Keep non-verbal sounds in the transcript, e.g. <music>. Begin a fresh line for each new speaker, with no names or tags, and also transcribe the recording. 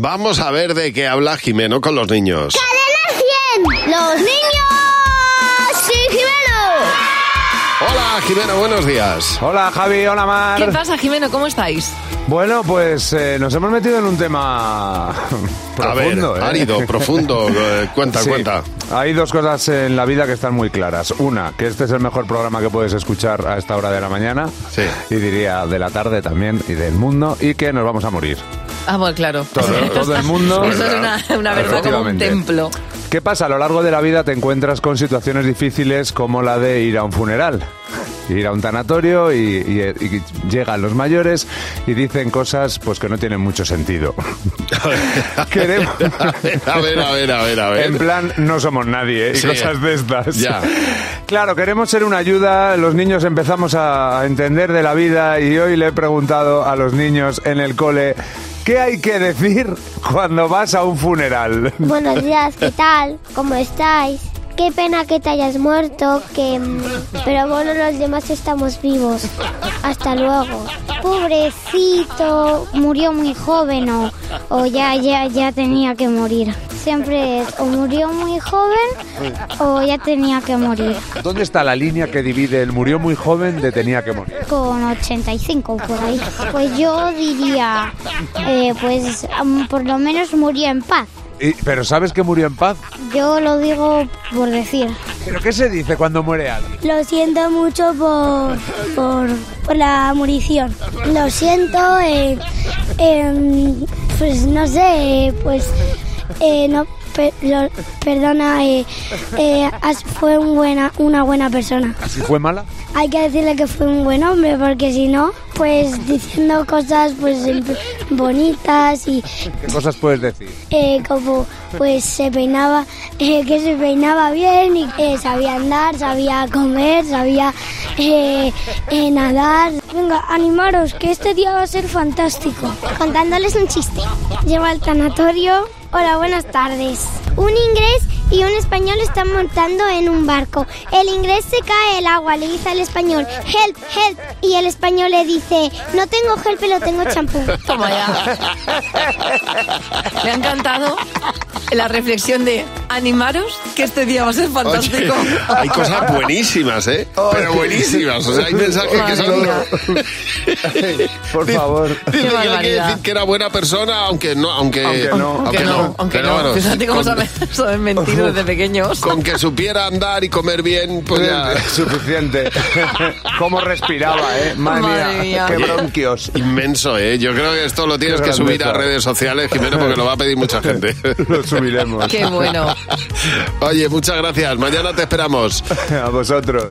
Vamos a ver de qué habla Jimeno con los niños.
¡Cadena 100! ¡Los niños! ¡Sí, Jimeno!
Hola Jimeno, buenos días.
Hola Javi, hola Mar.
¿Qué pasa, Jimeno? ¿Cómo estáis?
Bueno, pues eh, nos hemos metido en un
<laughs>
tema
A ver,
profundo, ¿eh?
árido,
<laughs>
profundo, eh, cuenta,
Sí.
cuenta.
Hay dos cosas en la vida que están muy claras. Una, que este es el mejor programa que puedes escuchar a esta hora de la mañana.
Sí.
Y diría de la tarde también y del mundo. Y que nos vamos a morir.
Ah, bueno, claro.
Todo, todo el mundo.
Eso es una, una verdad como un
Efectivamente.
templo.
¿Qué pasa? A lo largo de la vida te encuentras con situaciones difíciles como la de ir a un funeral, ir a un tanatorio y, y- y llegan los mayores y dicen cosas pues que no tienen
<laughs>
mucho sentido. Queremos...
A ver, a ver, a ver, a ver. a ver.
En plan, no somos nadie ¿eh? y
Sí.
cosas de estas.
Ya.
Claro, queremos ser una ayuda. Los niños empezamos a entender de la vida y hoy le he preguntado a los niños en el cole qué hay que decir cuando vas a un funeral.
Buenos días, ¿qué tal? ¿Cómo estáis? Qué pena que te hayas muerto, que... mm, Pero bueno, los demás estamos vivos. Hasta luego. Pobrecito, murió muy joven o, ya, ya, ya tenía que morir. Siempre es o murió muy joven o ya tenía que morir.
¿Dónde está la línea que divide el murió muy joven de tenía que morir?
con 85 por ahí. Pues yo diría, eh, pues am, por lo menos murió en paz.
Y- pero ¿sabes que murió en paz?
Yo lo digo por decir.
¿Pero qué se dice cuando muere alguien?
Lo siento mucho por, por, la murición. Lo siento, eh, em, pues no sé, eh, pues eh, no, per- lo- perdona, eh, eh, has- fue un buena, una buena persona.
¿Si fue mala?
Hay que decirle que fue un buen hombre, porque si no, pues diciendo cosas pues siempre bonitas y
¿Qué cosas puedes decir?
eh, como pues se peinaba, eh, que se peinaba bien y eh, sabía andar, sabía comer, sabía eh, eh, nadar. Venga, animaros, que este día va a ser fantástico. Contándoles un chiste. Lleva al tanatorio. Hola, buenas tardes. Un inglés y un español están montando en un barco. El inglés se cae el agua, le dice al español, help, help. Y el español le dice, no tengo help, pero tengo champú. <laughs>
Toma ya. Me ha encantado la reflexión de animaros que este día va a ser
Oye,
fantástico.
hay cosas buenísimas, ¿eh?
Oh,
Pero buenísimas. O sea, hay mensajes que son. <laughs>
Por <laughs> favor.
Dice que hay que
barbaridad.
decir que era buena persona, aunque no. Aunque,
Aunque no.
Aunque no, aunque
Pero
no.
bueno,
Fíjate cómo
con-
saben, saben mentir desde pequeños.
Con que supiera andar y comer bien, pues
<laughs>
ya.
Suficiente. ¿Cómo respiraba, eh? Madre,
Madre mía.
Qué bronquios.
Inmenso, ¿eh? Yo creo que esto lo tienes
Qué
que subir a
grandeza.
redes sociales, Jimeno, porque lo va a pedir
<laughs>
mucha gente. <laughs>
Lo subiremos.
Qué bueno.
Oye, muchas gracias. Mañana te esperamos.
A vosotros.